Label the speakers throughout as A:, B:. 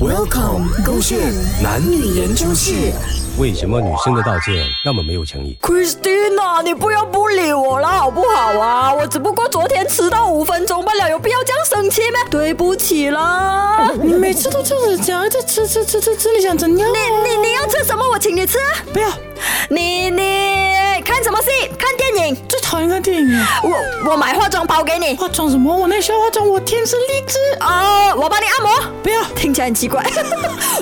A: Welcome，勾线男女研究室。
B: 为什么女生的道歉那么没有诚意？
C: Christina，你不要不理我啦，好不好啊？我只不过昨天迟到五分钟罢了，有必要这样生气吗？对不起 啦。
D: 你每次都这样子讲，这吃吃吃吃吃，你想怎样？啊
C: 你你你要吃什么？我请你吃啊。
D: 不要，
C: 你你看什么戏？看电影。
D: 最讨厌看电影了。
C: 我我买化妆包给你。
D: 化妆什么？我那需要化妆，我天生丽质。
C: 哦，我帮你按摩。
D: 不要，
C: 听起来很奇怪。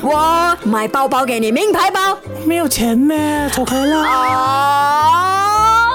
C: 我买包包给你，名牌包。
D: 没有钱咩？走开啦！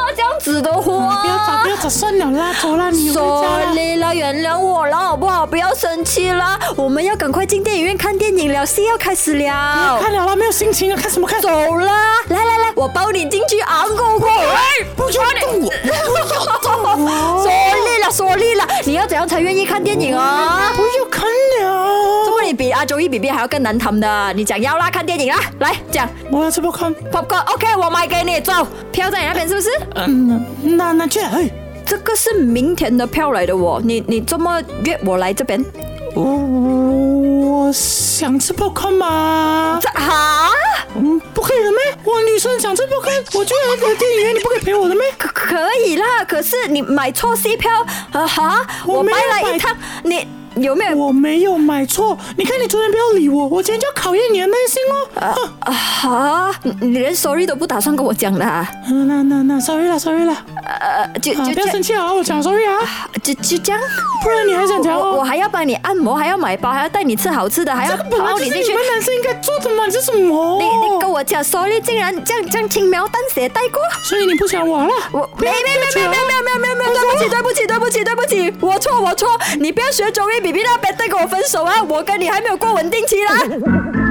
C: 哦，这样子的话。
D: 不要找，不要找，算了啦，走啦，你回家啦。
C: sorry 啦，原谅我啦，好不好？不要生气啦，我们要赶快进电影院看电影了，戏要开始了。
D: 看了啦，没有心情了，啊看什么看？走
C: 走啦，来来来，我抱你进去昂过过。哎，不
D: 要动我
C: 不要动我。sorry 啦，sorry 啦，你要怎样才愿意看电影啊？
D: 不要看
C: 怎
D: 了，
C: 么你比阿周一比 B 还要更难谈的？你讲要啦，看电影啦，来讲
D: 我要这么看。
C: popcorn，OK，、我买给你，走，票在你那边是不是？
D: 嗯，那那去，哎，
C: 这个是明天的票来的哦，你你这么约我来这边？
D: 我我想吃不看嘛？
C: 这哈？
D: 嗯，不可以了咩？我女生想吃不看，我就要个电影院，你不可以陪我的咩？
C: 可可以啦，可是你买错戏票，啊哈！
D: 我
C: 我
D: 没有
C: 白来
D: 买
C: 一趟，你有没有
D: 哎我没有买错，你看你昨天不要理我，我今天就要考验你的耐心哦。哼
C: 啊哈？你你连 sorry 都不打算跟我讲的啊？
D: 嗯那那那，sorry 啦，sorry 啦，
C: 呃，就
D: 啊，
C: 就
D: 不要生
C: 这
D: 气啊，我讲 sorry 啊，
C: 就就这样。
D: 不然你还想讲
C: 我我
D: 哦？
C: 还要帮你按摩，还要买包，还要带你吃好吃的，还要
D: 这个本来
C: 抱
D: 就
C: 哎你进
D: 是你
C: 去。
D: 们哦男生应该做的嘛，这是什么？
C: 你你跟我讲 sorry，竟然这样这样轻描淡写带过。
D: 所以你不想玩了？
C: 我没没没没没没没没没，对不起对不起对不起对不起，我错我错，你不要学周一比比那边再跟我分手啊！我跟你还没有过稳定期啦。